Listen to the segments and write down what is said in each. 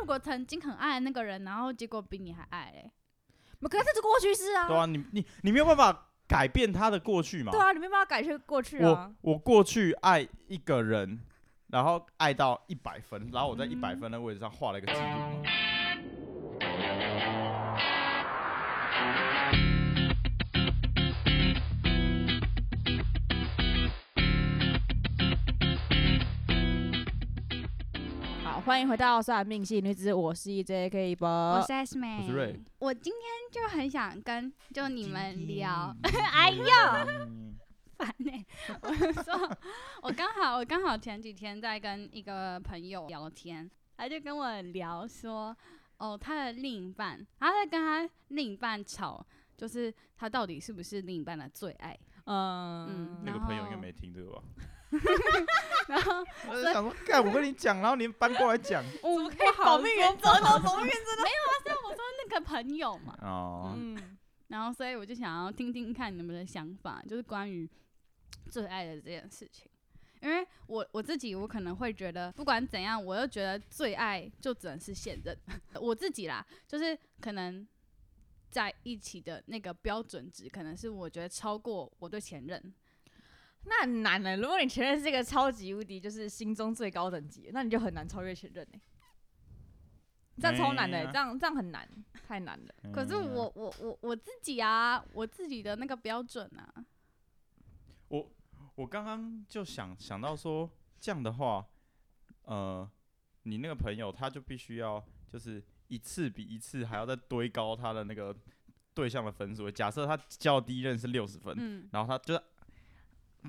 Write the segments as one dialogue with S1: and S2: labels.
S1: 如果曾经很爱那个人，然后结果比你还爱嘞，
S2: 可是这是过去式啊，
S3: 对啊，你你你没有办法改变他的过去嘛
S2: 对。啊，你没办法改去过去啊。
S3: 我我过去爱一个人，然后爱到一百分，然后我在一百
S1: 嗯
S3: 分的位置上画了一个记录嘛。
S2: 好，欢迎回到《算命系女子》，我是 EJ K
S1: 我
S2: 波
S1: 是。S 妹，
S3: 啊我是 Ray
S1: 我今天就很想跟就你们聊，
S3: 哎呀，
S1: 烦呢、 我就说，我刚好我刚好前几天在跟一个朋友聊天，他就跟我聊说，哦，他的另一半，他在跟他另一半吵，就是他到底是不是另一半的最爱？
S2: 嗯
S3: 那
S1: 然
S3: 个
S1: 后
S3: 朋友应该没听这个吧？
S1: 然后
S3: 我就想说，干，我跟你讲，然后你搬过来讲。
S1: 我
S2: 嗯可以保命原则呢？保命原则呢？
S1: 那个朋友嘛，
S3: 哦，
S2: 嗯，
S1: 然后所以我就想要听听看你们的想法，就是关于最爱的这件事情。因为我我自己，我可能会觉得，不管怎样，我又觉得最爱就只能是现任。 我自己啦，就是可能在一起的那个标准值，可能是我觉得超过我对前任。
S2: 那很难呢。如果你前任是一个超级无敌，就是心中最高等级，那你就很难超越前任呢。这样超难的、欸
S3: 哎呀
S2: 这样这样很难，太难了。
S1: 嗯可
S3: 嗯
S1: 是我我我我自己啊，我自己的那个标准啊，
S3: 我我刚刚就想想到说，这样的话，呃，你那个朋友他就必须要就是一次比一次还要再堆高他的那个对象的分数。假设他交的第一任是六十分，
S1: 嗯，
S3: 然后他就是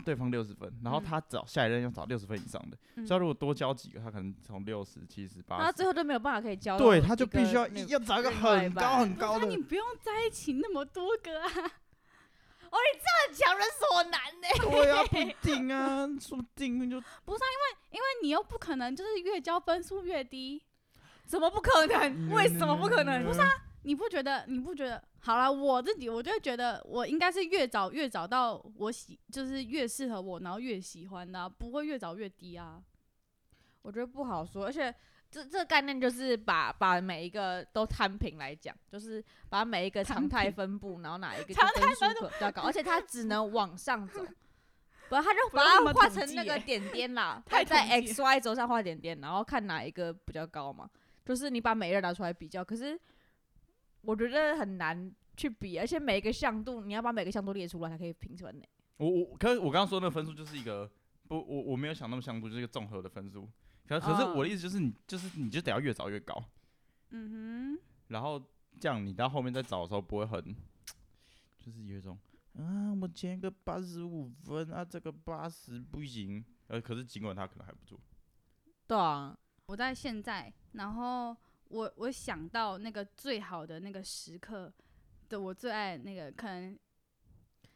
S3: 对方六十分，然后
S1: 嗯
S3: 他找下一任要找六十分以上的，
S1: 嗯
S3: 所以他如果多交几个，他可能从六十、七十、
S2: 那
S3: 八十
S2: 最，后就没有办法可以交到
S3: 啊对，
S2: 一个那个。
S3: 他就必须要一要找一个
S2: 另外一
S3: 很高
S2: 半
S3: 很高
S1: 那
S3: 的
S1: 你。不用在一起那么多个啊。
S2: 强人所难呢、
S3: 对 啊，不一定啊，说不定
S1: 因
S3: 就
S1: 为你又不可能就是越交分数越低，
S2: 怎么不 可
S3: 嗯
S2: 能？为什么不可能？不是、啊，
S1: 你不觉得？你不觉得？好了，我自己我就会觉得我应该是越早越找到我喜，就是越适合我，然后越喜欢的啊、不会越早越低啊。
S2: 我觉得不好说，而且这这个概念就是把把每一个都摊平来讲，就是把每一个常态分布，然后哪一个就
S1: 常态
S2: 分数
S1: 分
S2: 可比较高，而且它只能往上 走。不，他就
S1: 用
S2: 把
S1: 那
S2: 它
S1: 么
S2: 画
S1: 统
S2: 成
S1: 计
S2: 那个
S1: 耶
S2: 点点啦，
S1: 太
S2: 在
S1: 统计
S2: x y 轴上画点点，然后看哪一个比较高嘛。就是你把每一个拿出来比较，可是我觉得很难去比，而且每一个向度你要把每个向度列出来才可以评分呢、
S3: 我我，可是我刚刚说那个分数就是一个不，我我没有想那么相度，就是一个综合的分数。可可是
S2: 哦
S3: 我的意思就是你就是你就得要越早越高，
S1: 嗯
S3: 然后这样你到后面再找的时候不会很，就是有一种啊，我前一个八十五分啊，这个八十不行，呃，可是尽管他可能还不错，
S2: 对啊，
S1: 哼，我在现在，然后我我想到那个最好的那个时刻的我最爱的那个，可能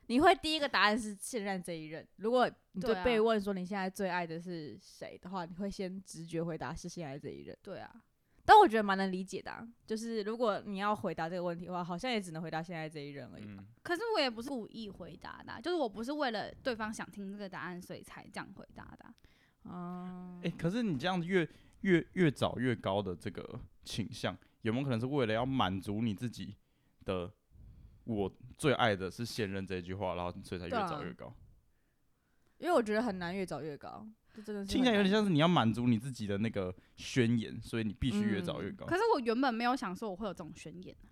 S2: 你会第一个答案是现任这一任。如果你
S1: 对
S2: 就
S1: 啊
S2: 被问说你现在最爱的是谁的话，你会先直觉回答是现在这一任。
S1: 对啊，
S2: 但我觉得蛮能理解的、啊，就是如果你要回答这个问题的话，好像也只能回答现在这一任而已。
S3: 嗯，
S1: 可是我也不是故意回答的啊、就是我不是为了对方想听这个答案所以才这样回答的啊、
S2: 嗯，
S3: 哎、可是你这样子越越越早越高的这个倾向，有没有可能是为了要满足你自己的我最爱的是现任这一句话，然后所以才越
S2: 对啊
S3: 早越高？
S2: 因为我觉得很难越早越高，这真的是
S3: 听起来有
S2: 很
S3: 点
S2: 难
S3: 像是你要满足你自己的那个宣言，所以你必须越
S2: 嗯
S3: 早越高。
S1: 可是我原本没有想说我会有这种宣言。啊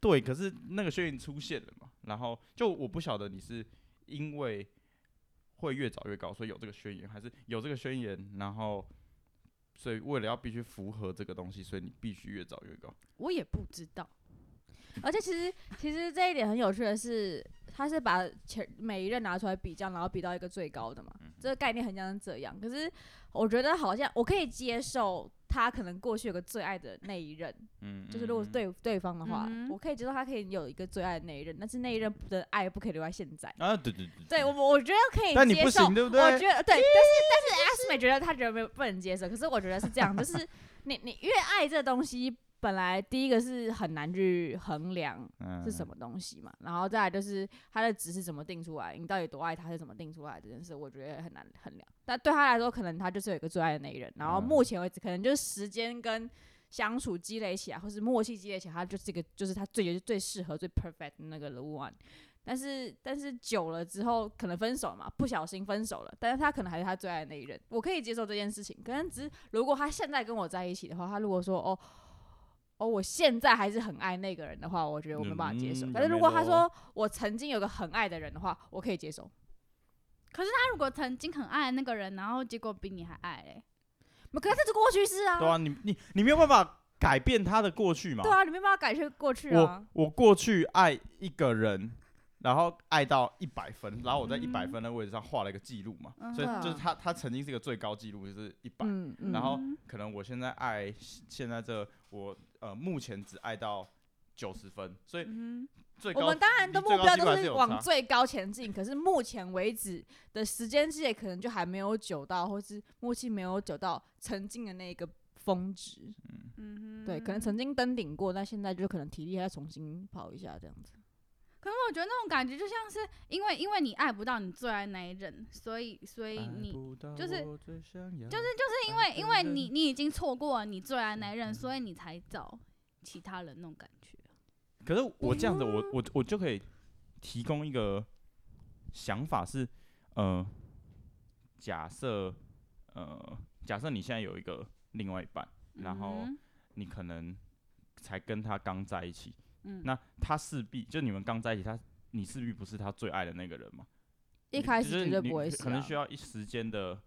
S3: 对，可是那个宣言出现了嘛，然后就我不晓得你是因为会越早越高，所以有这个宣言，还是有这个宣言，然后所以为了要必须符合这个东西，所以你必须越早越高。
S1: 我也不知道，
S2: 而且其实其实这一点很有趣的是，他是把前每一任拿出来比较，然后比到一个最高的嘛，
S3: 嗯
S2: 这个概念很像是这样。可是我觉得好像我可以接受他可能过去有个最爱的那一任，
S3: 嗯，
S2: 就是如果是对对方的话，
S1: 嗯哼嗯
S2: 我可以接受他可以有一个最爱的那一任，但是那一任的爱不可以留在现在。
S3: 啊，对对对，
S2: 对我我觉得可以
S3: 但你
S2: 接
S3: 不
S2: 受，
S3: 行，对不
S2: 我
S3: 对？
S2: 觉得对，但是但 是 S 美觉得她觉得没有不能接受，可是我觉得是这样，就是你你越爱这东西本来第一个是很难去衡量
S3: 嗯，
S2: 是什？么东西嘛，然后再来就是它的值是怎么定出来，你到底多爱他是怎么定出来这件事，我觉得很难衡量。但对他来说，可能他就是有一个最爱的那一人，然后
S3: 嗯
S2: 目前为止可能就是时间跟相处积累起来，或是默契积累起来，他就是一个就是他最最适合最 perfect 的那个啊 the one。但是但是久了之后可能分手嘛，不小心分手了，但是他可能还是他最爱的那一人，我可以接受这件事情。可能只是如果他现在跟我在一起的话，他如果说哦哦我现在还是很爱那个人的话，我觉得我没办法接受。
S3: 嗯
S2: 但是如果他
S3: 有没有
S2: 说我曾经有个很爱的人的话，我可以接受。
S1: 他如果曾经很爱那个人，然后结果比你还爱嘞、
S2: 可是这是过去式啊，
S3: 对啊，你你你没有办法改变他的过去嘛？
S2: 对啊，你没办法改去过去啊
S3: 我。我过去爱一个人，然后爱到一百分，然后我
S2: 嗯
S3: 在一百分的位置上画了一个记录嘛，
S1: 嗯
S3: 所以
S2: 对啊
S3: 就是他他曾经是一个最高记录，就是一百、
S2: 嗯嗯
S3: 然后
S1: 嗯
S3: 可能我现在爱现在这我呃目前只爱到九十分，所以
S1: 嗯哼，
S3: 最
S2: 我
S3: 高
S2: 们当然的
S3: 离
S2: 目
S3: 最高
S2: 标
S3: 纪录
S2: 都
S3: 还是
S2: 是
S3: 有差
S2: 往最高前进，可是目前为止的时间之内，可能就还没有久到，或是默契没有久到曾经的那个峰值。
S1: 嗯哼，
S2: 对，可能曾经登顶过，但现在就可能体力还要重新跑一下这样子。
S1: 可是我觉得那种感觉就像是因为因为你爱不到你最爱那一人，所以所以你就是
S3: 就是
S1: 就是因为因为你你已经错过了你最爱那一人，所以你才找其他人那种感觉。
S3: 可是我这样子，我我我就可以提供一个想法是，呃，假设呃，假设你现在有一个另外一半，然后
S1: 嗯
S3: 你可能才跟他刚在一起，
S1: 嗯
S3: 那他势必就你们刚在一起，他你势必不是他最爱的那个人嘛，
S2: 一
S3: 你
S2: 开
S3: 就
S2: 始
S3: 是
S2: 绝对
S3: 你
S2: 不会
S3: 可
S2: 是、
S3: 可能
S2: 啊
S3: 需，要一时间的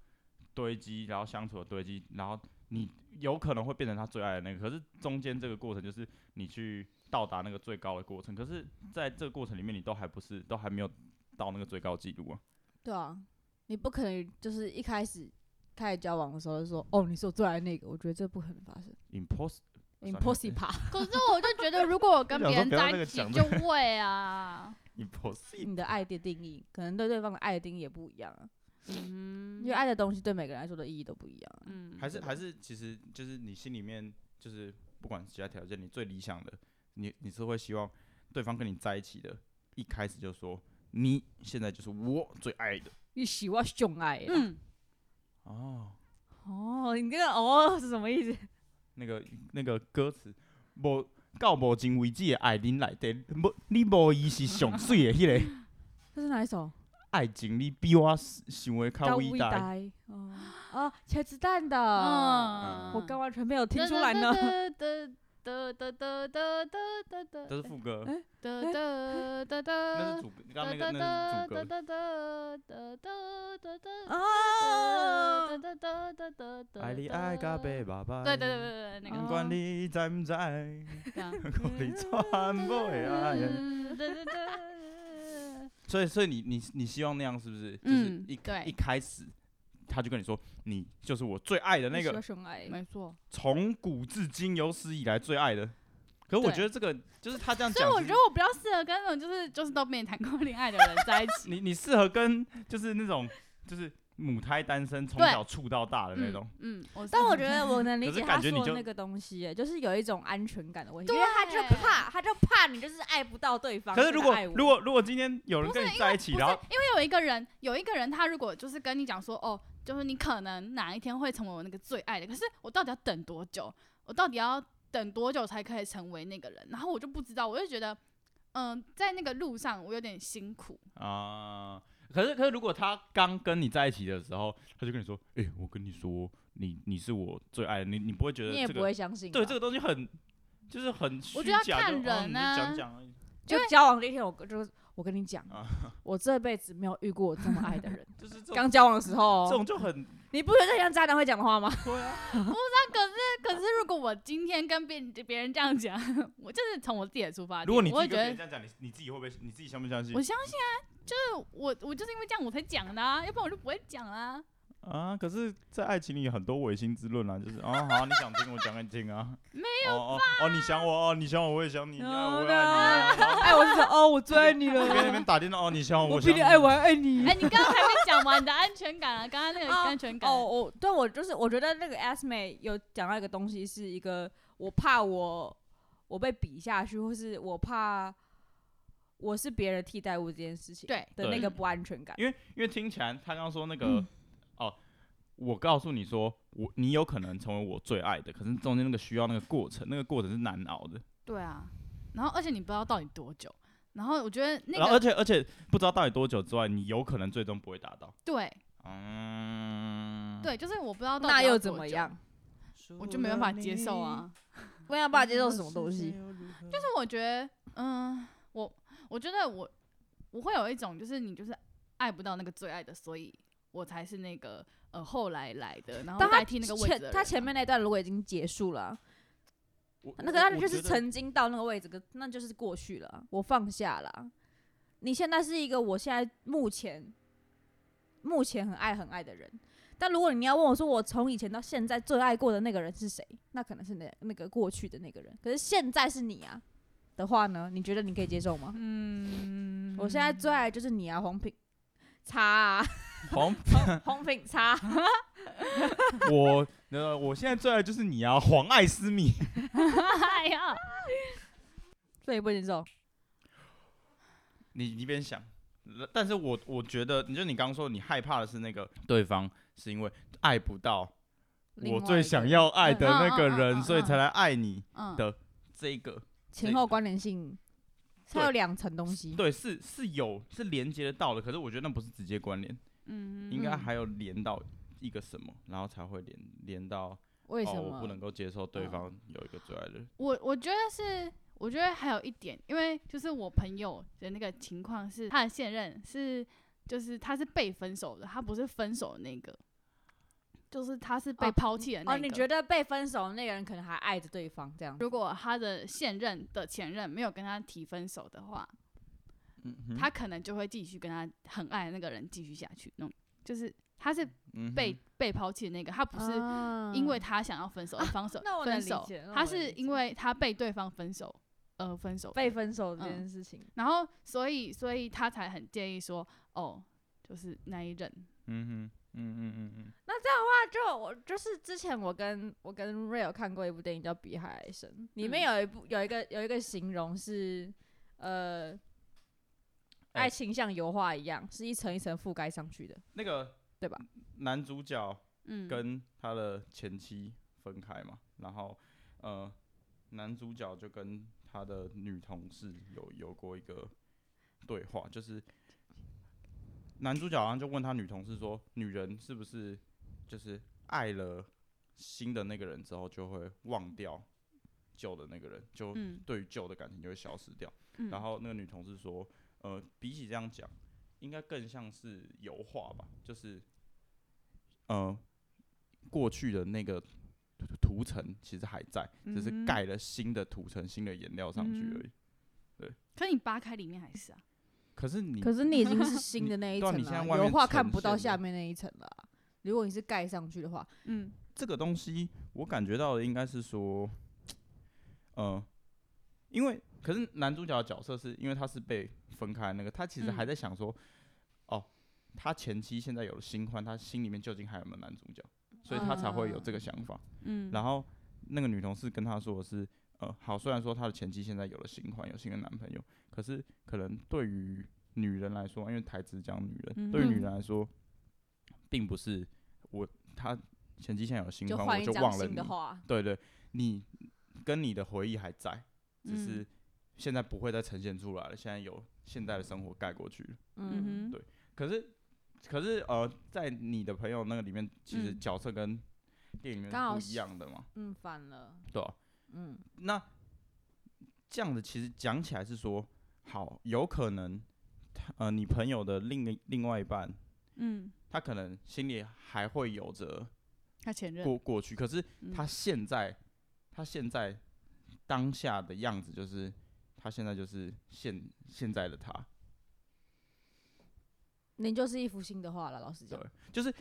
S3: 堆积，然后相处的堆积，然后你有可能会变成他最爱的那个。可是中间这个过程就是你去到达那个最高的过程，可是在这个过程里面，你都还不是，都还没有到那个最高纪录啊。
S2: 对啊，你不可能就是一开始开始交往的时候就说哦你是我最爱的那个，我觉得这不可能发生
S3: Impos，算了
S2: ，impossible，
S1: 可是我就觉得，如果我跟
S3: 我想
S1: 别人
S3: 说不要
S1: 在
S3: 那个
S1: 一起，
S3: 讲
S1: 就
S3: 的
S1: 会啊。
S3: impossible，
S2: 你的爱的定义可能对对方的爱的定义也不一样啊，
S1: 嗯
S2: 因为爱的东西对每个人来说的意义都不一样啊。
S1: 嗯
S3: 还是还是其实就是你心里面就是不管其他条件，你最理想的，你你是会希望对方跟你在一起的，一开始就说你现在就是我最爱的
S2: 你喜欢熊爱欸、
S1: 嗯，
S3: 哦。
S2: 哦，你这个哦是什么意思？
S3: 那个那个歌词，无到无尽为止的爱情内底，无你无伊是上水的迄 个
S2: 这是哪一首？
S3: 爱情，你比我想的较伟大。
S2: 呆哦哦，茄子蛋的，
S1: 嗯
S2: 我刚完全没有听出来呢。
S1: 呢。得得得得得得得
S3: 这是副歌，
S1: 得得得
S3: 那
S1: 得
S3: 是主，刚刚那个那是主歌。
S2: 啊，
S3: 爱你爱到白爸爸，
S1: 对对对对对，那
S3: 不
S1: 个
S3: 管你知唔知，
S1: 这样。
S3: 我哋全部的爱。所以，所以你你你希望那样是不是？就是
S1: 嗯
S3: 一
S1: 对
S3: 一开始他就跟你说，你就是我最爱的那个，
S2: 熊爱，
S1: 没错，
S3: 从古至今有史以来最爱的。可我
S1: 对
S3: 觉得这个就是他这样
S1: 所
S3: 讲，
S1: 以我
S3: 其
S1: 觉
S3: 实
S1: 得我比较适合跟那种就是就是都没谈过恋爱的人在一起。
S3: 你你适合跟就是那种就是母胎单身从
S1: 对
S3: 小处到大的那种，
S1: 嗯，嗯我是
S2: 但我觉得我能理
S3: 可是
S2: 解他
S3: 感觉
S2: 说
S3: 你
S2: 的
S3: 就
S2: 那个东西耶，就是有一种安全感的问题，
S1: 对
S2: 因为他就怕，他就怕你就是爱不到对方。
S3: 可是如果
S2: 爱我
S3: 如果如果今天有人跟你在一起，
S1: 不是
S3: 然后
S1: 因为有一个人，有一个人，他如果就是跟你讲说，哦，就是你可能哪一天会成为我那个最爱的，可是我到底要等多久？我到底要等多久才可以成为那个人？然后我就不知道，我就觉得，嗯、在那个路上我有点辛苦。
S3: 啊、可是可是如果他刚跟你在一起的时候，他就跟你说，哎、我跟你说，你你是我最爱的，你你不会觉得
S2: 你也
S3: 这
S2: 不
S3: 个
S2: 会相信吧，啊
S3: 对这个东西很就是很虚
S1: 我觉得要
S3: 假，就
S1: 看
S3: 哦
S1: 人
S3: 你就
S1: 啊
S3: 讲讲而已，
S2: 就交往那天，我就是我跟你讲
S3: 啊，
S2: 我这辈子没有遇过我这么爱 的人。
S3: 就是这种
S2: 刚交往的时候
S3: 这
S2: 哦，
S3: 种 就很
S2: 你不觉得这像渣男会讲的话吗？
S3: 对啊，
S1: 那可是如果我今天跟别别人这样讲， 我就是从我自己的出发点，
S3: 如果你
S1: 我
S3: 自
S1: 会觉
S3: 己跟
S1: 得
S3: 别人这样讲，你你自己会不会你自己相不相信
S1: 我？相信啊，就是我我就是因为这样我才讲的啊，要不然我就不会讲啊。
S3: 啊，可是，在爱情里有很多违心之论啊，就是啊，好啊，你想听我讲给你 听啊，没有哦哦哦，你想我哦，你想我，我也想你，啊，我也爱你啊，
S2: 哎，我是说哦，我最爱你
S3: 然后边那
S2: 了，
S3: 边打电话哦，你想我，
S2: 我比
S3: 想
S2: 你爱我
S3: 你，
S2: 还爱你。
S1: 哎，你刚刚还没讲完你的安全感啊，刚刚那个
S2: 啊
S1: 安全感，
S2: 哦，我对我就是我觉得那个 S 美有讲到一个东西，是一个我怕我我被比下去，或是我怕我是别人替代物这件事情
S1: 对
S2: 的那
S1: 对
S2: 个不安全感。
S3: 因为因为听起来他刚刚说那
S2: 嗯
S3: 个哦，我告诉你说，我你有可能成为我最爱的，可是中间那个需要那个过程，那个过程是难熬的，
S1: 对啊，然后而且你不知道到底多久，然后我觉得那
S3: 然后
S1: 个
S3: 而且而且不知道到底多久之外，你有可能最终不会达到，
S1: 对
S3: 嗯，
S1: 对，就是我不知道到底
S2: 那
S1: 要
S2: 又怎
S1: 多
S2: 么
S1: 久
S2: 样？
S1: 我就没办法接受啊。
S2: 我想爸接受什么东
S1: 嗯
S2: 西？
S3: 就是
S1: 但我觉得，嗯，我我觉得我我会有一种，就是你就是爱不到那个最爱的，所以我才是那个呃后来来的，然后
S2: 但他
S1: 代替那个位置的
S2: 前他
S1: 人
S2: 前
S1: 啊
S2: 面那段如果已经结束了，
S3: 我
S2: 那个他就
S3: 我
S2: 是，
S3: 我觉得
S2: 曾经到那个位置，可那就是过去了，我放下了。你现在是一个我现在目前目前很爱很爱的人，但如果你要问我说我从以前到现在最爱过的那个人是谁，那可能是那那个过去的那个人，可是现在是你啊的话呢，你觉得你可以接受吗？
S1: 嗯，
S2: 我现在最爱的就是你啊，黄品叉啊，
S3: 黄
S2: 黄品叉，
S3: 我呃，我现在最爱的就是你啊，黄爱思密。
S1: 哎呀，
S2: 所以不接受。
S3: 你你一边想，呃但是我我觉得，你就你刚刚说你害怕的是那个对方是因为爱不到
S2: 另
S3: 我
S2: 外
S3: 最
S2: 一
S3: 想
S2: 个
S3: 要爱的
S1: 嗯
S3: 那
S1: 嗯
S3: 个
S1: 嗯
S3: 人，
S1: 嗯
S3: 所以才
S1: 嗯
S3: 来爱你
S1: 嗯，
S3: 的这个。
S2: 前后关联性，它有两层东西。
S3: 对，是是有是连接得到的，可是我觉得那不是直接关联，
S1: 嗯
S3: 应该
S2: 嗯
S3: 还有连到一个什么，然后才会连连到
S2: 为什
S3: 哦，
S2: 么？
S3: 我不能够接受对
S2: 嗯
S3: 方有一个最爱的人。
S1: 我我觉得是，我觉得还有一点，因为就是我朋友的那个情况是，他的现任是就是他是被分手的，他不是分手的那个，就是他是被
S2: 哦
S1: 抛弃的那个。
S2: 哦，你觉得被分手的那个人可能还爱着对方，这样
S1: 如果他的现任的前任没有跟他提分手的话，
S3: 嗯哼
S1: 他可能就会继续跟他很爱的那个人继续下去。那种就是他是
S3: 嗯哼
S1: 被、被抛弃的那个，他
S2: 哦
S1: 不是因为他想要分手而分手、
S2: 啊那我能
S1: 分
S2: 理
S1: 手
S2: 解那，我
S1: 他
S2: 能
S1: 是
S2: 理
S1: 因
S2: 解
S1: 为他被对方分手而分手的。
S2: 被分手
S1: 嗯
S2: 这件事情，
S1: 然后所以所以他才很介意说，哦，就是那一任，
S3: 嗯哼嗯嗯嗯嗯，
S2: 那就我就是之前我跟我跟 Real 看过一部电影叫《比海来生》，里面有一部有一个有一个形容是呃。
S3: 哎
S2: 爱情像油画一样，是一层一层覆盖上去的。
S3: 那个
S2: 对吧？
S3: 男主角
S1: 嗯，
S3: 跟他的前妻分开嘛，然后呃，男主角就跟他的女同事有有过一个对话，就是男主角好像就问他女同事说，女人是不是就是爱了新的那个人之后就会忘掉旧的那个人，就
S1: 嗯
S3: 对于旧的感情就会消失掉。
S1: 嗯
S3: 然后那个女同事说，呃，比起这样讲，应该更像是油画吧，就是，呃，过去的那个涂涂层其实还在，只
S1: 嗯
S3: 是
S1: 哼
S3: 盖了新的涂层、新的颜料上去
S1: 嗯
S3: 而已。
S1: 可你扒开里面还是啊，
S3: 可是你，
S2: 可是你已经是新的那一
S3: 对啊
S2: 层
S3: 你现在
S2: 了，
S3: 外面
S2: 油画看
S3: 呈
S2: 不到
S3: 现
S2: 下
S3: 的
S2: 面那一层了啊。如果你是盖上去的话，
S1: 嗯，
S3: 这个东西，我感觉到的应该是说，呃，因为可是男主角的角色是因为他是被分开的那个，他其实还
S1: 嗯
S3: 在想说，哦，他前妻现在有了新欢，他心里面究竟还有没有男主角，所以他才会有这个想法。
S1: 嗯，
S3: 然后那个女同事跟他说的是，呃，好，虽然说他的前妻现在有了新欢，有新的男朋友，可是可能对于女人来说，因为台词讲女人，对于女
S1: 嗯
S3: 人来说，并不是我他前妻现在有新
S2: 就
S3: 欢，
S2: 换
S3: 我
S2: 一
S3: 就
S2: 张
S3: 忘了
S2: 新
S3: 你
S2: 的，画。
S3: 对对，你跟你的回忆还在，只
S1: 嗯
S3: 是现在不会再呈现出来了，现在有现代的生活盖过去了。
S2: 嗯，
S1: 嗯哼，
S3: 对可是，可是呃，在你的朋友那个里面，其实
S1: 嗯
S3: 角色跟电影里面
S2: 刚好
S3: 是不一
S2: 是
S3: 样的嘛，
S2: 嗯，反了，
S3: 对吧、
S2: 嗯，
S3: 那这样子其实讲起来是说，好，有可能他，呃，你朋友的另一另外一半，
S1: 嗯，
S3: 他可能心里还会有着
S1: 他前任，
S3: 过过去，可是
S1: 嗯
S3: 他现在，他现在当下的样子就是，他现在就是现现在的他，
S2: 你就是一幅新的画了，老实讲
S3: 对，就是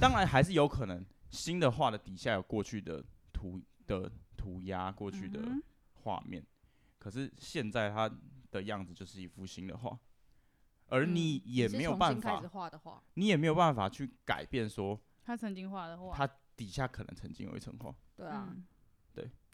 S3: 当然还是有可能新的画的底下有过去的涂的涂鸦，过去的
S1: 嗯
S3: 画面，可是现在它的样子就是一幅新的画，而你
S2: 嗯
S3: 也
S2: 是
S3: 没有
S2: 重
S3: 办
S2: 新开
S3: 法
S2: 始，画的画，
S3: 你也没有办法去改变说
S1: 他曾经画的画，
S3: 它底下可能曾经有一层画，
S2: 对啊，
S1: 嗯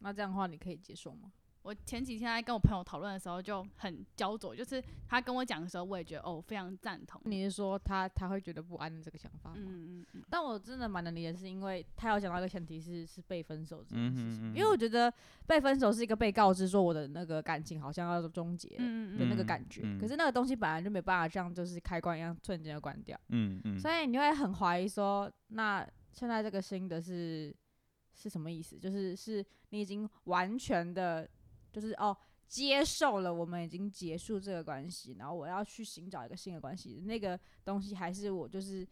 S2: 那这样的话你可以接受吗？
S1: 我前几天在跟我朋友讨论的时候就很焦灼，就是他跟我讲的时候，我也觉得哦，非常赞同。
S2: 你是说他他会觉得不安的这个想法吗？
S1: 嗯嗯嗯，
S2: 但我真的蛮能理解，是因为他有讲到一个前提是是被分手这件事情，
S3: 嗯哼嗯哼
S2: 因为我觉得被分手是一个被告知说我的那个感情好像要终结的
S1: 嗯嗯嗯
S2: 那个感觉，
S3: 嗯嗯
S2: 可是那个东西本来就没办法像就是开关一样瞬间就关掉，
S3: 嗯嗯
S2: 所以你会很怀疑说，那现在这个新的是是什么意思？就是是你已经完全的，就是哦。接受了，我们已经结束这个关系，然后我要去寻找一个新的关系，那个东西还是我就是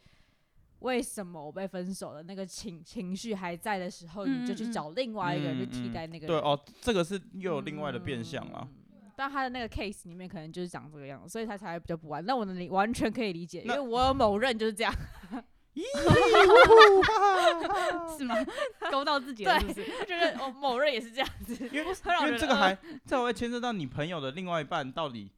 S2: 为什么我被分手了，那个情情绪还在的时候，你就
S1: 嗯嗯
S2: 去
S1: 嗯
S2: 找另外一个人去
S3: 嗯
S2: 替
S3: 嗯
S2: 代那个人。
S3: 对哦，这个是又有另外的变相啦。
S2: 嗯但他的那个 case 里面可能就是长这个样子，所以他才比较不安。那我能理完全可以理解，因
S3: 那
S2: 为我有某任就是这样。
S1: 是吗？嗯 勾到自己了，是不是？
S2: 就觉 得哦，某人也是这样子，因
S3: 因为
S2: 会让
S3: 因
S2: 人呃
S3: 为这个还这还会牵涉到你朋友的另外一半到底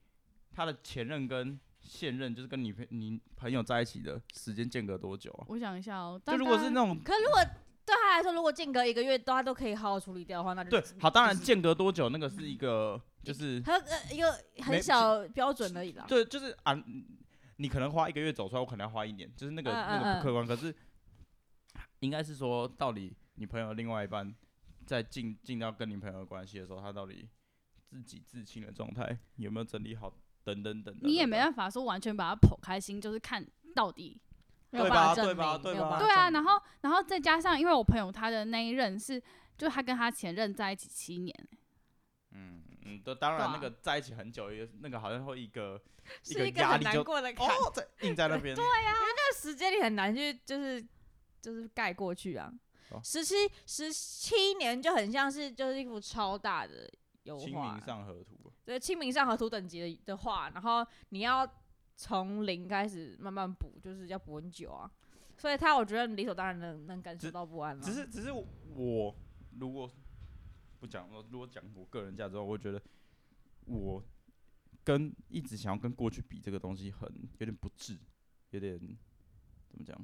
S3: 他的前任跟现任，就是跟你朋你朋友在一起的时间间隔多久啊？
S1: 我想一下哦，
S3: 就
S1: 但
S3: 如果是那种
S2: 可如果对他来说，如果间隔一个月，大家都可以好好处理掉的话，那就
S3: 对，好，当然
S2: 就是
S3: 间隔多久那个是一个就是
S2: 他呃一个很小标准而已啦。
S3: 对，就是啊，嗯你可能花一个月走出来，我可能要花一年，就是那个
S2: 嗯嗯
S3: 那个
S2: 嗯
S3: 不客观。可是应该是说，到底你朋友另外一半在进进到跟你朋友的关系的时候，他到底自己自清的状态有没有整理好？等等等等，
S1: 你也没办法说完全把它剖开心，就是看到底。
S2: 没有
S3: 对
S2: 办法
S3: 吧
S2: 证
S3: 对吧
S2: 明
S3: 对
S2: 没有
S3: 吧
S2: 办法
S1: 对啊，
S2: 证明
S1: 然后然后再加上，因为我朋友他的那一任是，就他跟他前任在一起七年，
S3: 嗯嗯，都当
S1: 对
S3: 然
S1: 啊
S3: 那个在一起很久，也那个好像会一个一
S2: 是一个
S3: 压
S2: 很
S3: 力
S2: 难
S3: 就
S2: 过的啊坎，
S3: 哦，在印在那边。 对呀，
S2: 那时间你很难去就是就是盖过去啊
S3: 哦。
S2: 十七十七年就很像是就是一幅超大的油
S3: 清
S2: 画
S3: 明，上河图，
S2: 对，清明上河图等级的的画，然后你要从零开始慢慢补，就是要补很久啊。所以他我觉得理所当然能能感受
S3: 只
S2: 到不安了。
S3: 只是只是我如果不讲，我如果讲我个人价值观，我会觉得我跟一直想要跟过去比这个东西很有点不智，有点怎么讲，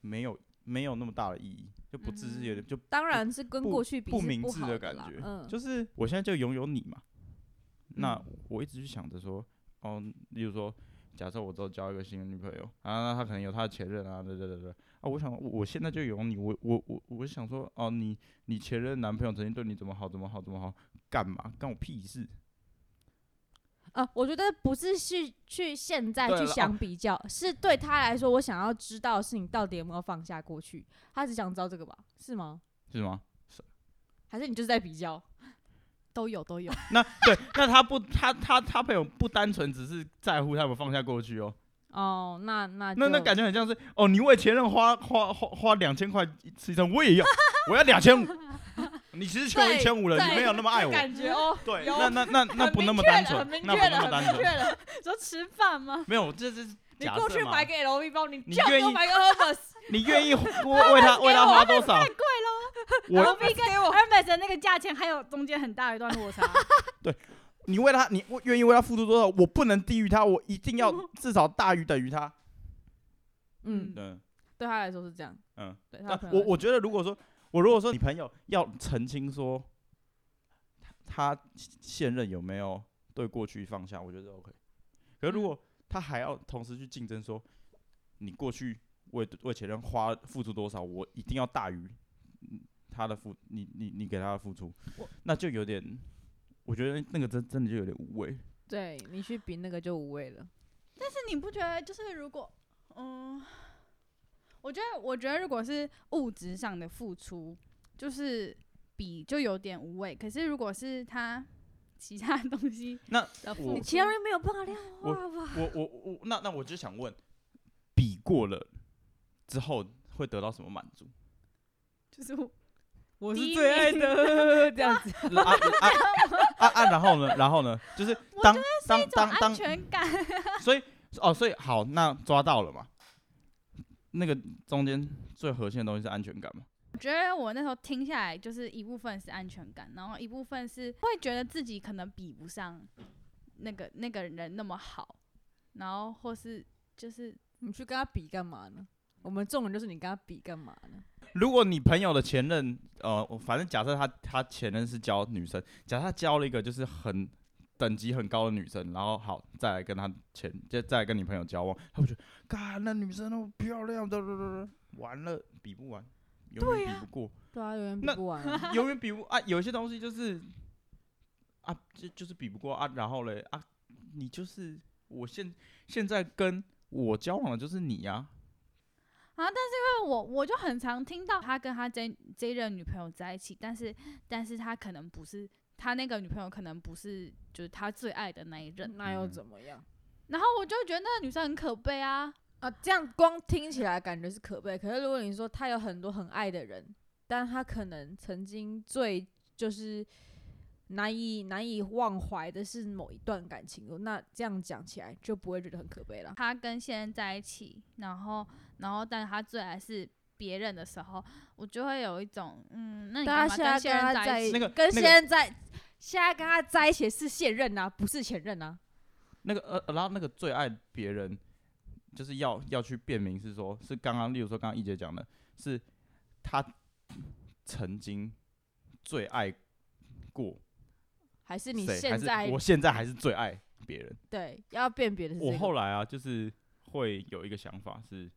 S3: 没有没有那么大的意义，就不
S1: 嗯
S3: 智
S1: 哼
S3: 是有点就
S2: 当然是跟
S3: 不
S2: 过去比
S3: 不
S2: 是
S3: 明
S2: 不
S3: 智
S2: 好
S3: 的
S2: 的
S3: 感
S2: 啦
S3: 觉
S2: 嗯，
S3: 就是我现在就拥有你嘛。那
S2: 嗯
S3: 我一直去想着说，哦，例如说，假设我之后交一个新的女朋友啊，那她可能有她的前任啊，对对对对啊，我想我我现在就有你，我我我我想说，哦，你你前任男朋友曾经对你怎么好怎么好怎么好，干嘛干我屁事？
S2: 啊，我觉得不是去去现在
S3: 对
S2: 去
S3: 了哦
S2: 想比较，是对他来说，我想要知道的是你到底有没有放下过去，他只想知道这个吧？是吗？
S3: 是吗？
S2: 还是你就是在比较？
S1: 都有都有。
S3: 那对，那他不，他他他朋友不单纯只是在乎他们放下过去哦，
S2: 哦，那 那
S3: 那那
S2: 就
S3: 感觉很像是哦，你为前任花花花花两千块吃一餐，我 也要，我要两千五。你其实欠我一
S2: 对
S3: 千五了，你
S2: 对
S3: 没有那么爱我。
S2: 感觉哦，
S3: 对，
S2: 有
S3: 那那那 那
S2: 很
S3: 不那
S2: 明
S3: 么
S2: 确
S3: 单
S2: 了
S3: 纯
S2: 很，明
S3: 那
S2: 确
S3: 不那
S2: 了
S3: 么单
S2: 很明
S3: 纯，
S2: 确了， 说吃饭吗？
S3: 没有，这这是
S2: 你
S3: 假
S2: 过
S3: 设
S2: 去
S3: 嘛
S2: 买个 LV 包，你
S3: 你
S2: 叫
S3: 愿
S2: 给我
S3: 意
S2: 买个 Hermes，
S3: 你愿意为为他为他花多少？我
S1: LV 跟 Hermes 的那个价钱还有中间很大一段落差，
S3: 你为他你愿意为他付出多少？我不能低于他，我一定要至少大于等于他。
S2: 嗯，
S3: 嗯
S2: 对他来说是这样，
S3: 嗯，
S2: 对他
S3: 那
S2: 的朋友
S3: 我
S2: 来说
S3: 我觉得如果说我如果说你朋友要澄清说他他现任有没有对过去放下，我觉得 OK。可是
S2: 嗯
S3: 如果他还要同时去竞争说你过去为为前任花付出多少，我一定要大于嗯他的付你你你给他的付出
S2: 我，
S3: 那就有点，我觉得那个真真的就有点无谓。
S2: 对你去比那个就无谓了，
S1: 但你不觉得就是如果，嗯，我觉得我觉得如果是物质上的付出，就是比就有点无味。可是如果是他其他东西
S3: 那
S1: 的
S3: 我
S1: 付
S2: 你
S1: 出
S2: 其他人没有办法量
S3: 我
S2: 化吧？
S3: 我我我，那那我就想问，比过了之后会得到什么满足？
S1: 就是我
S2: 我
S1: 第一
S2: 的这样子，
S3: 啊啊啊啊！然后呢？然后呢？就是当
S1: 这
S3: 当
S1: 种
S3: 当
S1: 安
S3: 当，
S1: 全感，
S3: 所以哦，所以好，那抓到了嘛？那个中间最核心的东西是安全感嘛。
S1: 我觉得我那时候听下来，就是一部分是安全感，然后一部分是会觉得自己可能比不上那个那个人那么好，然后或是就是
S2: 你去跟他比干嘛呢？我们这种人就是你跟他比干嘛呢？
S3: 如果你朋友的前任，呃，我反正假设他他前任是教女生，假设他教了一个就是很等级很高的女生，然后好再来跟他前再再来跟你朋友交往，他会觉得，嘎，那女生那么漂亮，哒哒哒哒，完了比不完，永远比不过，
S2: 对啊，永远比
S3: 那
S2: 不完啊、
S3: 永远比不啊，有一些东西就是啊，就就是比不过啊，然后嘞啊，你就是我现现在跟我交往的就是你啊呀、
S1: 因为我我就很常听到他跟他这这一任女朋友在一起，但是但是他可能不是他那个女朋友可能不是就是他最爱的那一任，
S2: 那
S3: 嗯
S2: 又怎么样？
S1: 然后我就觉得那个女生很可悲啊，
S2: 啊，这样光听起来感觉是可悲，可是如果你说他有很多很爱的人，但他可能曾经最就是难以难以忘怀的是某一段感情，那这样讲起来就不会觉得很可悲了。
S1: 他跟现任在一起，然后然后但他最爱是别人的时候，我就会有一种嗯，那你
S2: 大
S1: 干
S2: 家
S1: 嘛
S2: 现在
S1: 跟现任
S2: 跟他在
S1: 一
S2: 一
S1: 起？
S3: 那个
S2: 跟
S3: 那
S2: 现
S3: 个
S2: 任在现在跟他在一起是现任啊，不是前任啊。
S3: 那个呃，然后那个最爱别人，就是要要去辨明是说，是刚刚，例如说刚刚一姐讲的，是他曾经最爱过
S2: 还是你
S3: 谁，还
S2: 现
S3: 是
S2: 在
S3: 我现在还是最爱别人？
S2: 对要辨别的是、这
S3: 我
S2: 个
S3: 后来啊，就是会有一个想法是，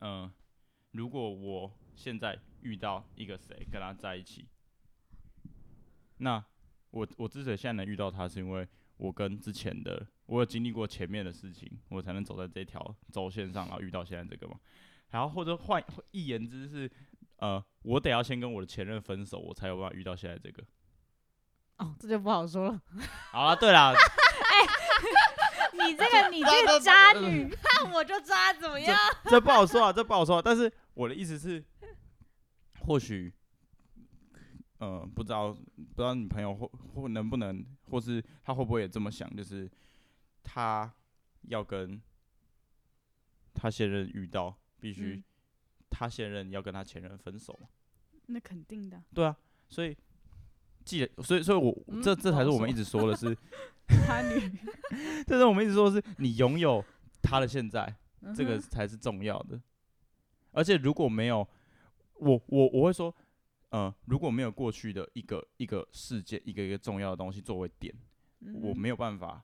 S3: 嗯、如果我现在遇到一个谁跟他在一起，那我我之所以现在能遇到他，是因为我跟之前的我有经历过前面的事情，我才能走在这条轴线上，然后遇到现在这个嘛。然后或者换一言之是，呃，我得要先跟我的前任分手，我才有办法遇到现在这个。
S2: 哦，这就不好说了。
S3: 好了，对啦，
S1: 你这 个你这个渣女，
S2: 我就抓怎么样？
S3: 嗯这不好说啊，这不好说、啊。但是我的意思是，或许，呃，不知道不知道你朋友或或能不能，或是他会不会也这么想，就是他要跟他现任遇到，必须、
S1: 嗯
S3: 他现任要跟他前任分手嘛。
S1: 那肯定的。
S3: 对啊，所以。既然，所以，所以我、
S2: 嗯
S3: 这这
S2: 不
S3: 才
S2: 好
S3: 是我们
S2: 说
S3: 一直说的是，
S1: 渣女，
S3: 这是我们一直说的是，你拥有他的现在，这个
S1: 嗯哼
S3: 才是重要的。而且如果没有我，我我会说，呃，如果没有过去的一个一个事件，一个一个重要的东西作为点，
S1: 嗯
S3: 我没有办法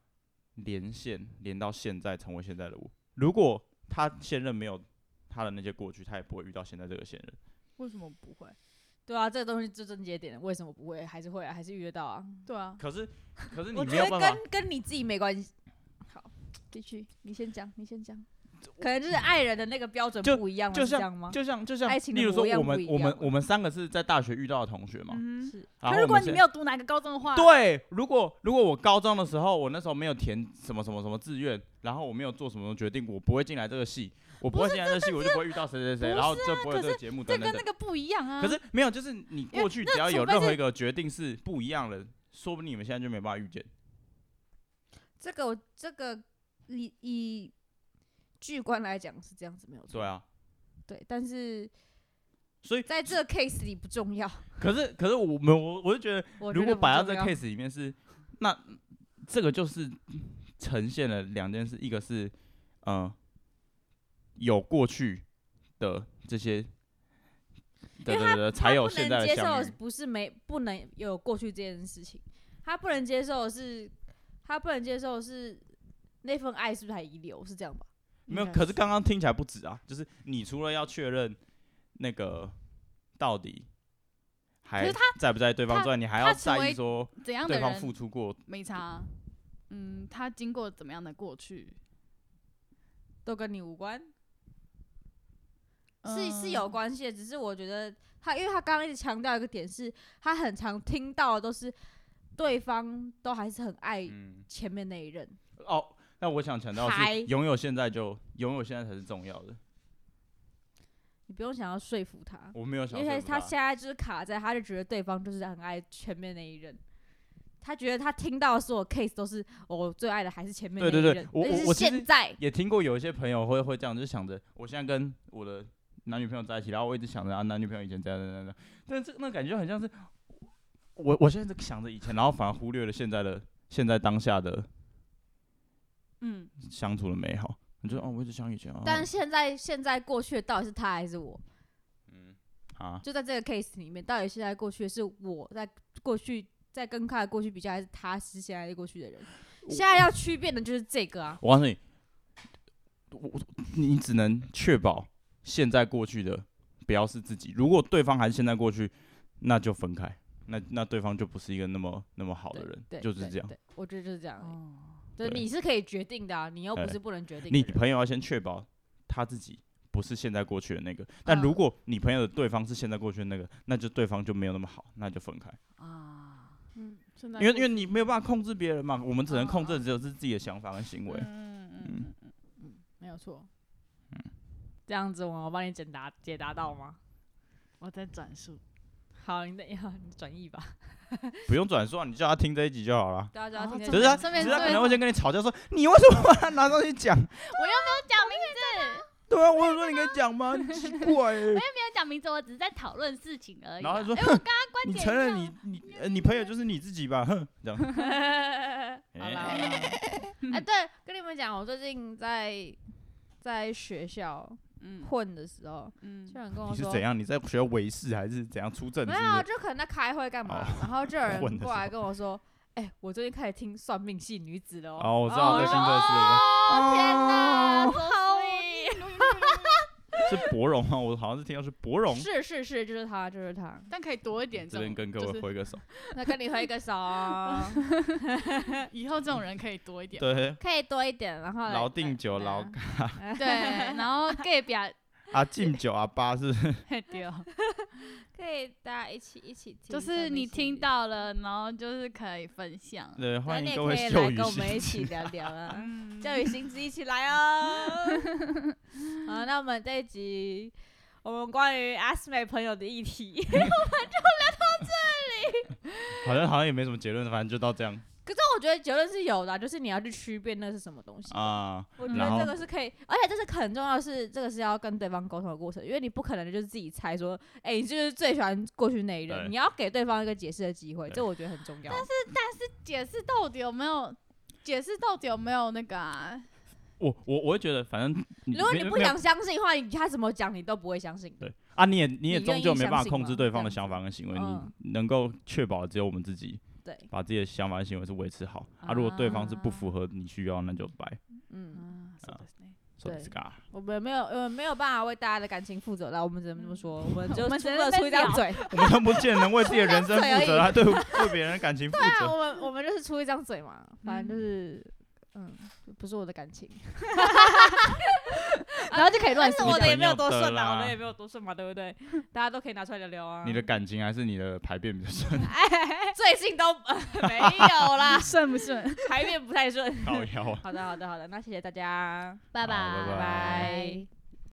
S3: 连线连到现在，成为现在的我。如果他现任没有他的那些过去，他也不会遇到现在这个现任。
S1: 为什么不会？
S2: 对啊，这个东西最症结点了，为什么不会？还是会啊，还是遇得到啊？
S1: 对啊，
S3: 可是，可是你
S2: 我
S3: 没
S2: 觉
S3: 有
S2: 得
S3: 办法，
S2: 跟跟你自己没关系。好，继续，你先讲，你先讲。可能就是爱人的那个标准
S3: 就
S2: 不一样了，
S3: 就是
S2: 这样吗？
S3: 就像就像
S2: 爱，情的
S3: 例如说
S2: 模样
S3: 我
S2: 不
S3: 们
S2: 一
S3: 我们
S2: 样
S3: 我们三个是在大学遇到的同学嘛，
S1: 嗯哼，
S2: 是
S3: 然
S1: 可
S3: 后
S1: 如
S3: 我
S1: 果
S3: 们
S1: 你
S3: 现
S1: 没有读哪个高中的话，，
S3: 对，如果如果我高中的时候，我那时候没有填什么什么什么志愿，然后我没有做什么决定，我不会进来这个系，我不会进来这个系，我就不会遇到谁谁谁，
S1: 不啊
S3: 然后就不会有
S1: 可
S3: 这个节目
S1: 这
S3: 等
S1: 跟
S3: 等
S1: 那
S3: 等。
S1: 个不一样啊。
S3: 可是没有，就是你
S1: 因为
S3: 过去只要有
S1: 除非
S3: 任何
S1: 是
S3: 一个决定是不一样的，说不定你们现在就没办法遇见。
S2: 这个我这个以以巨观来讲是这样子，没有错。
S3: 对啊，
S2: 对，但是
S3: 所以
S2: 在这个 case 里不重要。
S3: 可是可是我们我我就觉得，
S2: 我觉
S3: 如
S2: 得
S3: 果
S2: 不
S3: 摆到
S2: 重
S3: 这
S2: 要
S3: case 里面是，那这个就是呈现了两件事，一个是呃有过去的这些，对
S2: 因为
S3: 对对，才
S2: 他
S3: 有
S2: 不
S3: 现
S2: 能
S3: 在
S2: 接
S3: 的
S2: 受
S3: 相
S2: 的
S3: 遇
S2: 是。不是没不能有过去这件事情，他不能接受的是，他不能接受的是那份爱是不是还遗留，是这样吧？
S3: 没有，
S2: 嗯
S1: 应该
S3: 可是刚刚听起来不止啊，就是你除了要确认那个到底
S1: 可
S3: 还
S1: 是他
S3: 在不在对方
S1: 他
S3: 之外，你还
S1: 他
S3: 要
S1: 成
S3: 在
S1: 为
S3: 意说
S1: 怎样的
S3: 对方付
S1: 人
S3: 出过
S1: 没差啊？嗯，他经过怎么样的过去，
S2: 都跟你无关，是是有
S1: 嗯
S2: 关系的。只是我觉得他，因为他刚刚一直强调一个点是，他很常听到的都是对方都还是很爱
S3: 嗯
S2: 前面那一任，
S3: 哦。那我想强调的
S2: 还
S3: 是，拥有现在就拥有现在才是重要的。
S2: 你不用想要说服他，
S3: 我没有想
S2: 因为
S3: 说
S2: 他
S3: 服
S2: 现在就是卡在，他就觉得对方就是很爱前面那一任，他觉得他听到的所有 case 都是哦我最爱的还是前面
S3: 对
S2: 那
S3: 对
S2: 一
S3: 对
S2: 任
S3: 我
S2: 但
S3: 我
S2: 是
S3: 我其实嗯
S2: 现在
S3: 也听过有一些朋友会会这样，就想着我现在跟我的男女朋友在一起，然后我一直想着啊，男女朋友以前这样这样这样这样，但这那感觉很像是我我现在在想着以前，然后反而忽略了现在的现在当下的
S1: 嗯，
S3: 相处的美好。你就哦，我一直想以前啊，
S2: 但现在现在过去的到底是他还是我？
S3: 嗯啊，
S2: 就在这个 case 里面，到底现在过去的是我在过去在跟他的过去比较，还是他是现在过去的人？现在要区变的就是这个啊，
S3: 我告诉你，我我你只能确保现在过去的不要是自己。如果对方还是现在过去，那就分开，那那对方就不是一个那么那么好的人，
S2: 对，
S3: 就是
S2: 对
S3: 这样。
S2: 对，我觉得就是这样而已。
S1: 哦
S2: 对，
S3: 对
S2: 你是可以决定的啊，你又不
S3: 对
S2: 是不能决定的
S3: 你
S2: 人。
S3: 朋友要先确保他自己不是现在过去的那个，但如
S2: 嗯
S3: 果你朋友的对方是现在过去的那个，那就对方就没有那么好，那就分开。
S2: 啊，
S1: 嗯，现在
S3: 因为
S1: 过
S3: 因为你没有办法控制别人嘛，我们只能控
S2: 哦
S3: 制的只有是自己的想法跟行为。
S1: 嗯嗯嗯嗯嗯，没有错。
S2: 这样子我帮你解答解答到吗？
S1: 我在转述，
S2: 好，你等一下，你转译吧。
S3: 不用转述啊，你叫他听这一集就好了。
S2: 大家
S1: 哦
S2: 听得
S1: 这
S3: 只
S1: 对
S3: 是他，
S2: 懂
S1: 样
S3: 只
S1: 顺便
S3: 是他
S1: 说
S3: 可
S1: 一
S3: 能会
S1: 下
S3: 先跟你吵架说，你为什么把它拿上去讲？
S1: 讲名字，
S3: 对啊，我有说你可以讲吗？你奇怪 欸、
S1: 没有讲名字，我只是在讨论事情而已
S3: 然
S1: 啊。
S3: 后他说，
S1: 哎
S3: 哼你
S1: 点
S3: 承认
S1: 一
S3: 你你呃你朋友就是你自己吧？哼，这样。
S2: 好啦，好啦哎，对，跟你们讲，我最近在在学校
S1: 嗯
S2: 混的时候，
S1: 嗯
S2: 就有人跟我
S3: 你是
S2: 说
S3: 怎，样？你在学校维士还是怎样出证？
S2: 没
S3: 是不
S2: 有，啊
S3: 是
S2: 就可能在开会干嘛
S3: 哦，
S2: 然后就有
S3: 混
S2: 人
S3: 的
S2: 过
S3: 时
S2: 来
S3: 候
S2: 跟我说，哎，我最近开始听算命系女子了
S3: 哦，
S2: 哦。
S3: 我知道
S2: 哦
S3: 在新
S2: 我
S3: 泽市的
S1: 哦天哪，
S3: 哦
S1: 好好。
S3: 时候是博荣吗？我好像是听到是博荣。
S2: 是是是，就是他，就是他。
S1: 但可以多一点
S3: 这
S1: 这种，
S3: 边跟各
S1: 就
S3: 位
S1: 是
S3: 挥个手。
S2: 那跟你挥个手哦，
S1: 以后这种人可以多一点。
S3: 对，
S2: 可以多一点，然后来
S3: 老定九老
S2: 嗯
S1: 对，然后 gay 表
S3: 啊敬九啊八是
S1: 丢，
S2: 可以大家一起一起听，
S1: 就是你听。到了，然后就是可以分享。
S3: 对，
S2: 那
S3: 欢
S2: 你
S3: 迎
S2: 也
S3: 各
S2: 可
S3: 位
S2: 以
S3: 秀
S2: 来
S3: 宇
S2: 跟我们一
S3: 新
S2: 起聊聊啊，
S1: 嗯，
S2: 教育新知一起来哦。好，那我们这一集我们关于阿斯美朋友的议 题，
S3: 好像好像也没什么结论，反正就到这 样
S2: 可是我觉得结论是有的啊、就是你要去区辨那是什么东西。
S3: 啊。
S2: 我觉
S3: 然
S2: 得
S3: 后
S2: 这个是可以，而且这是很重要的是，这个是要跟对方沟通的过程，因为你不可能就是自己猜说，哎、你就是最喜欢过去那一
S3: 对
S2: 人，你要给对方一个解释的机会，
S3: 对
S2: 这我觉得很重要。但是
S1: 解释到底有没有？解释到底有没有那个啊？
S3: 我我我会觉得，反正
S2: 如果
S3: 没
S2: 你
S3: 没
S2: 不
S3: 没有
S2: 想相信的话，你他怎么讲你都不会相信。
S3: 对啊，你也你也
S2: 你
S3: 终
S2: 愿
S3: 究
S2: 意
S3: 没
S2: 相
S3: 办法
S2: 信
S3: 控
S2: 吗
S3: 制对
S2: 这
S3: 方的
S2: 样
S3: 想
S2: 子
S3: 法跟行为，
S2: 嗯
S3: 你能够确保只有我们自己
S2: 对，
S3: 把自己的想法跟行为是维持好啊。如果对方是不符合你需要，那就拜。
S2: 嗯，
S3: そうで
S1: 我
S3: そうで
S2: 对
S3: すか。
S2: 我们没有呃没有办法为大家的感情负责啦，我们只能这么说，嗯我们就
S1: 我们
S2: 出
S1: 只能
S2: 了
S1: 在
S2: 出一张嘴，
S3: 我们都不见能为自己的人 生负责，啊还对对别人的感情负
S2: 对 啊，
S3: 责。
S2: 我们我们就是出一张嘴嘛，反正就是。嗯，不是我的感 情，然后就可以乱
S3: 是
S2: 说。
S3: 我
S2: 我
S3: 的
S2: 的
S3: 也
S2: 也
S3: 没
S2: 没
S3: 有
S2: 有
S3: 多
S2: 多
S3: 顺
S2: 顺
S3: 啊
S2: 啊，
S3: 我
S2: 我
S3: 的
S2: 的
S3: 也
S2: 也没有多顺嘛，对不 对？大家都可以拿出来聊聊啊。哎
S3: 你的感情还是你的排便比较顺，
S2: 最近都没有 啦，
S1: 顺不顺？
S2: 排面不太顺。
S3: 高腰啊。
S2: 好的，好的，好的，那谢谢大家，
S1: 拜
S3: 拜
S1: 拜
S3: 拜
S2: 拜。